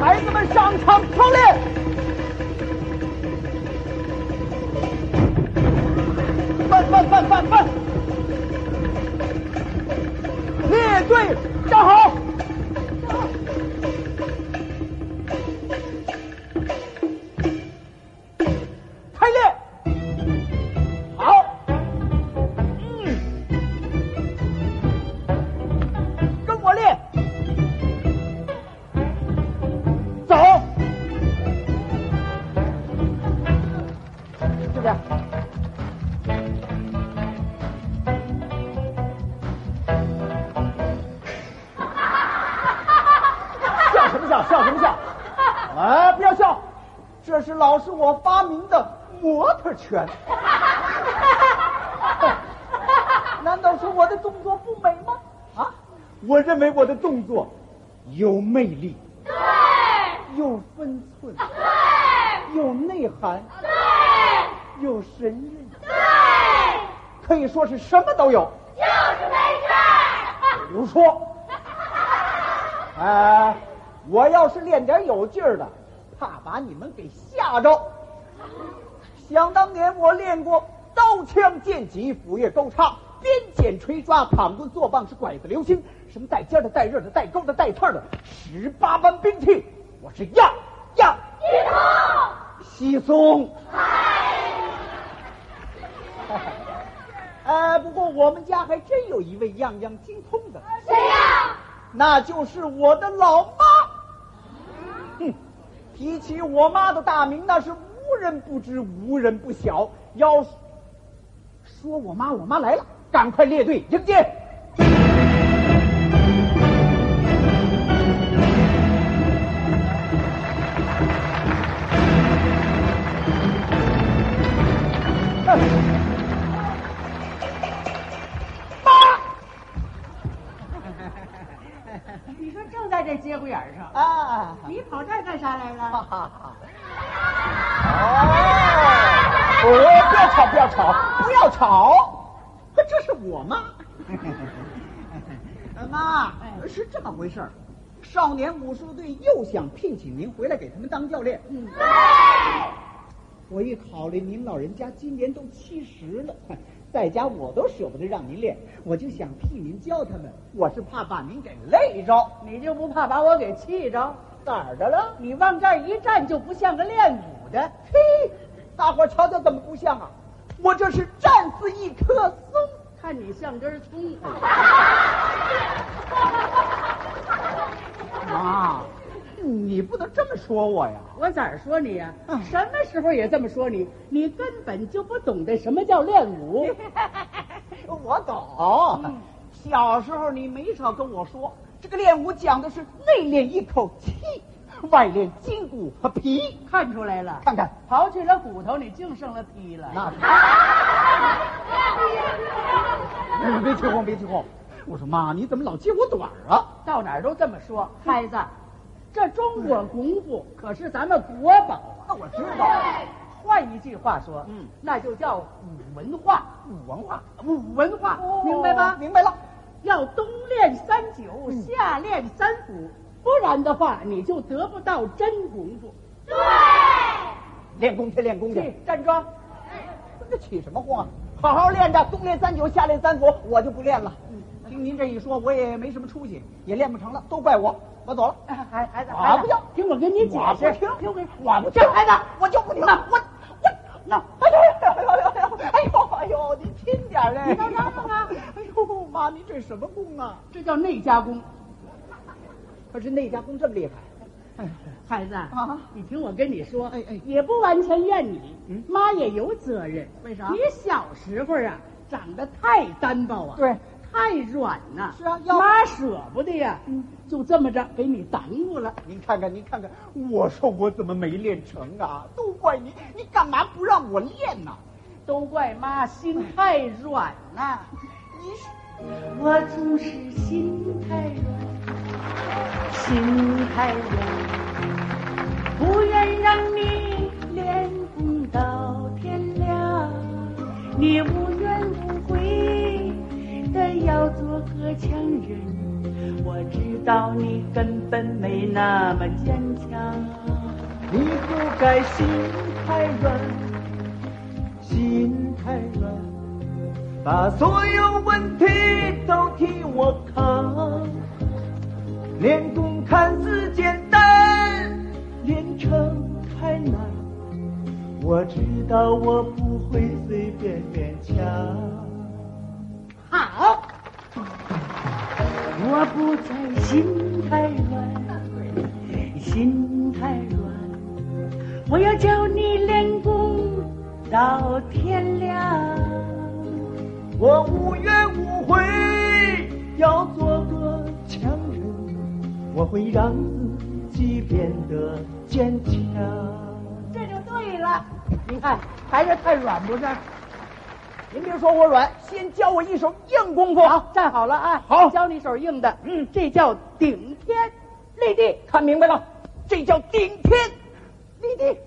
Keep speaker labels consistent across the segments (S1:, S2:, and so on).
S1: 孩子们上场操练。慢慢慢慢慢，列队站好。开列，好，嗯，跟我练，走，这边，笑什么笑？笑什么笑？啊，不要笑，这是老师我发明的模特拳。难道说我的动作不美吗？啊，我认为我的动作有魅力，对，有分寸，对，有内涵，对，有神韵，对，可以说是什么都有，就是没事。比如说，呃，我要是练点有劲儿的，怕把你们给吓着。想当年我练过刀枪剑戟、斧钺钩叉、鞭锏锤抓、躺棍坐棒是拐子流星，什么带尖的、带刃的、带钩的、带刺儿的，十八般兵器，我是样样一通稀松。呃，不过我们家还真有一位样样精通的，谁呀、那就是我的老妈。哼，提起我妈的大名，那是无人不知，无人不晓。要说我妈，我妈来了，赶快列队迎接。
S2: 你说正在这节骨眼儿上，
S1: 啊！
S2: 你跑这儿干啥 来
S1: 哈
S2: 了？
S1: 哈哈！哦，哦，不要吵，不要吵，不要吵！呵这是我 妈。呃妈，
S2: 哎
S1: 是这么回事儿。少年武术队又想聘请您回来给他们当教练。嗯，我一考虑您老人家今年都七十了，在家我都舍不得让您练，我就想替您教他们。我是怕把您给累着，
S2: 你就不怕把我给气着？
S1: 哪儿的了？
S2: 你往这儿一站，就不像个练武的。
S1: 嘿，大伙儿瞧瞧怎么不像啊？我这是站似一棵松。
S2: 看你像 根葱，
S1: 妈，啊你不能这么说我呀！
S2: 我咋说你呀、
S1: 嗯
S2: 什么时候也这么说你？你根本就不懂得什么叫 练武。
S1: 我懂，小时候你没少跟我说，这个练武讲的是内练一口气，外练筋骨和皮。
S2: 看出来了，
S1: 看看，
S2: 刨去了骨头，你净剩了皮了。
S1: 那是。哎别起哄，别起哄！我说妈，你怎么老揭我短儿啊？
S2: 到哪儿都这么说，孩子，这中国功夫可是咱们国宝啊。
S1: 那我知道，
S2: 换一句话说，
S1: 嗯
S2: 那就叫武文化，
S1: 武文化，
S2: 武文化，明白吧？
S1: 哦明白嗯了。
S2: 要冬练三九，夏练三伏，不然的话，你就得不到真功夫。
S1: 练功去，练功去
S2: 去。站桩，
S1: 这起什么哄啊？好好练着，冬练三九，夏练三伏，我就不练了。嗯听您这一说，我也没什么出息，也练不成了，都怪我。我走了。
S2: 孩孩子，
S1: 我
S2: 孩子
S1: 不要
S2: 哎听我跟你解
S1: 我
S2: 释，
S1: 不听
S2: 听我，
S1: 我不听
S2: 孩子，
S1: 我就不听了。我我那哎呦哎呦哎呦哎呦哎呦！您轻点儿嘞。
S2: 你干什么啊
S1: 哎呦妈，您这什么功啊？
S2: 这叫内家功。
S1: 可是那家功这么厉害。
S2: 哎孩子
S1: 啊
S2: 你听我跟你说，
S1: 哎哎
S2: 也不完全怨你，
S1: 嗯
S2: 妈也有责任。
S1: 为啥
S2: 你小时候啊，长得太单薄啊，
S1: 对，
S2: 太软呐、
S1: 是啊要嗯
S2: 妈舍不得呀，就这么着给你耽误了。
S1: 您看看，您看看，我说我怎么没练成啊？都怪你，你干嘛不让我练呢、
S2: 都怪妈心太软呐、
S1: 你是
S2: 我总是心太软，心太软，不愿让你练功到天亮。你无怨无悔的要做
S3: 个强人，我知道你根本没那么坚强。
S1: 你不该心太软，心太软，把所有问题都替我扛。练功看似简单，练成太难。我知道我不会随便勉强。
S3: 好，我不再心太软，心太软，我要教你练功到天亮。
S1: 我无怨无悔，要做个强人，我会让自己变得坚强。
S3: 这就对了。
S1: 您看，还是太软不是？您别说我软，先教我一手硬功夫。
S2: 好，站好了啊！
S1: 好
S2: 教你手硬的，
S1: 嗯
S2: 这叫顶天立地，
S1: 看明白了，这叫顶天。
S2: 立地，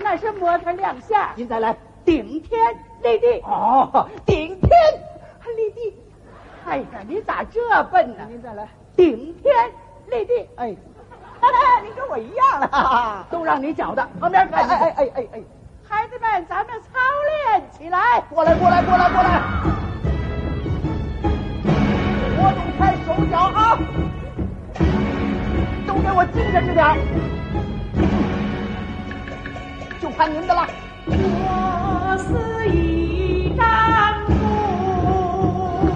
S2: 那是模特亮相。
S1: 您再来，
S2: 顶天立地，
S1: 好，
S2: 顶天立地。哎呀，你咋这笨呢？
S1: 您再来，
S2: 顶天立地，
S1: 哎，哈，您跟我一样了。
S2: 都让你找的。旁边
S1: 哎
S2: 看着，
S1: 哎哎哎哎哎，
S2: 孩子们，咱们操练起来。
S1: 过来过来过来过来，我动开手脚啊，都给我精神着点儿，就看您的了。
S3: 我是一丈布，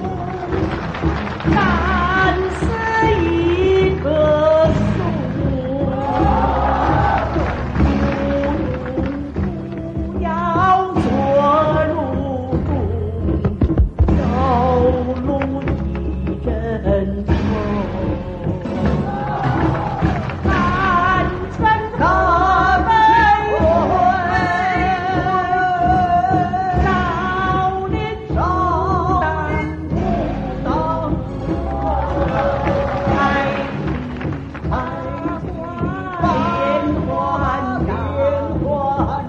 S3: 山是一棵树，不要做路中，走路一阵风。寒山可悲悔，少年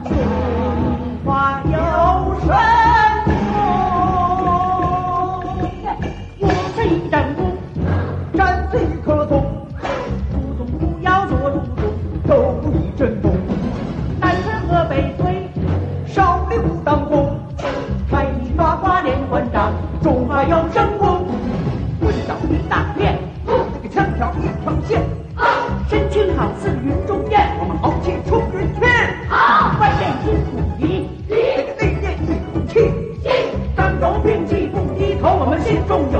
S3: 少年不当开开变幻变幻，中华有神功。我是一
S1: 站
S3: 丈功，
S1: 这一棵松，
S3: 不懂不要做路中。
S1: 走路一阵风，
S3: 南春河北推，
S1: 少林武当功，
S3: 开一抓花连环掌，
S1: 中华有神功，
S3: 棍倒一大片，
S1: 这个枪挑一条线，啊
S3: 身轻好似云中雁，
S1: 我们豪气冲云天。
S3: 万箭金虎仪，
S1: 这个内练一股气，
S3: 当头并气不低头，我们心中有